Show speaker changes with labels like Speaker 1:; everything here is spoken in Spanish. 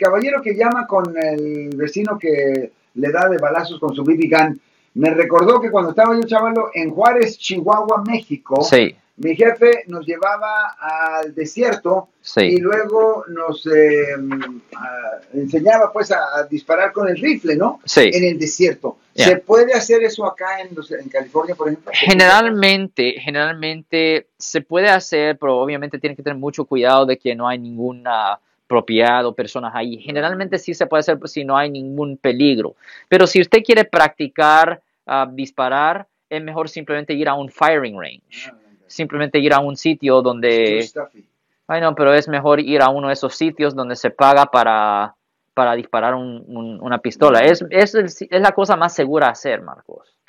Speaker 1: caballero que llama con el vecino que le da de balazos con su BB gun, me recordó que cuando estaba yo chavalo en Juárez, Chihuahua, México,
Speaker 2: Sí,
Speaker 1: mi jefe nos llevaba al desierto y
Speaker 2: sí,
Speaker 1: luego nos eh, ah, enseñaba pues a, a disparar con el rifle, ¿no?
Speaker 2: sí.
Speaker 1: En el desierto.
Speaker 2: Ya.
Speaker 1: ¿Se puede hacer eso acá en, los- en California, por ejemplo?
Speaker 2: Generalmente, generalmente se puede hacer, pero obviamente tienen que tener mucho cuidado de que no hay ninguna propiedad o personas ahí. Generalmente sí se puede hacer pues, si no hay ningún peligro. Pero si usted quiere practicar ah, disparar, es mejor simplemente ir a un firing range.
Speaker 1: Ah,
Speaker 2: Simplemente ir a un sitio
Speaker 1: Too
Speaker 2: donde...
Speaker 1: stuffy.
Speaker 2: Ay, no, pero es mejor ir a uno de esos sitios donde se paga para, para disparar un- un- una pistola. Es, es, el- es la cosa más segura a hacer, Marcos,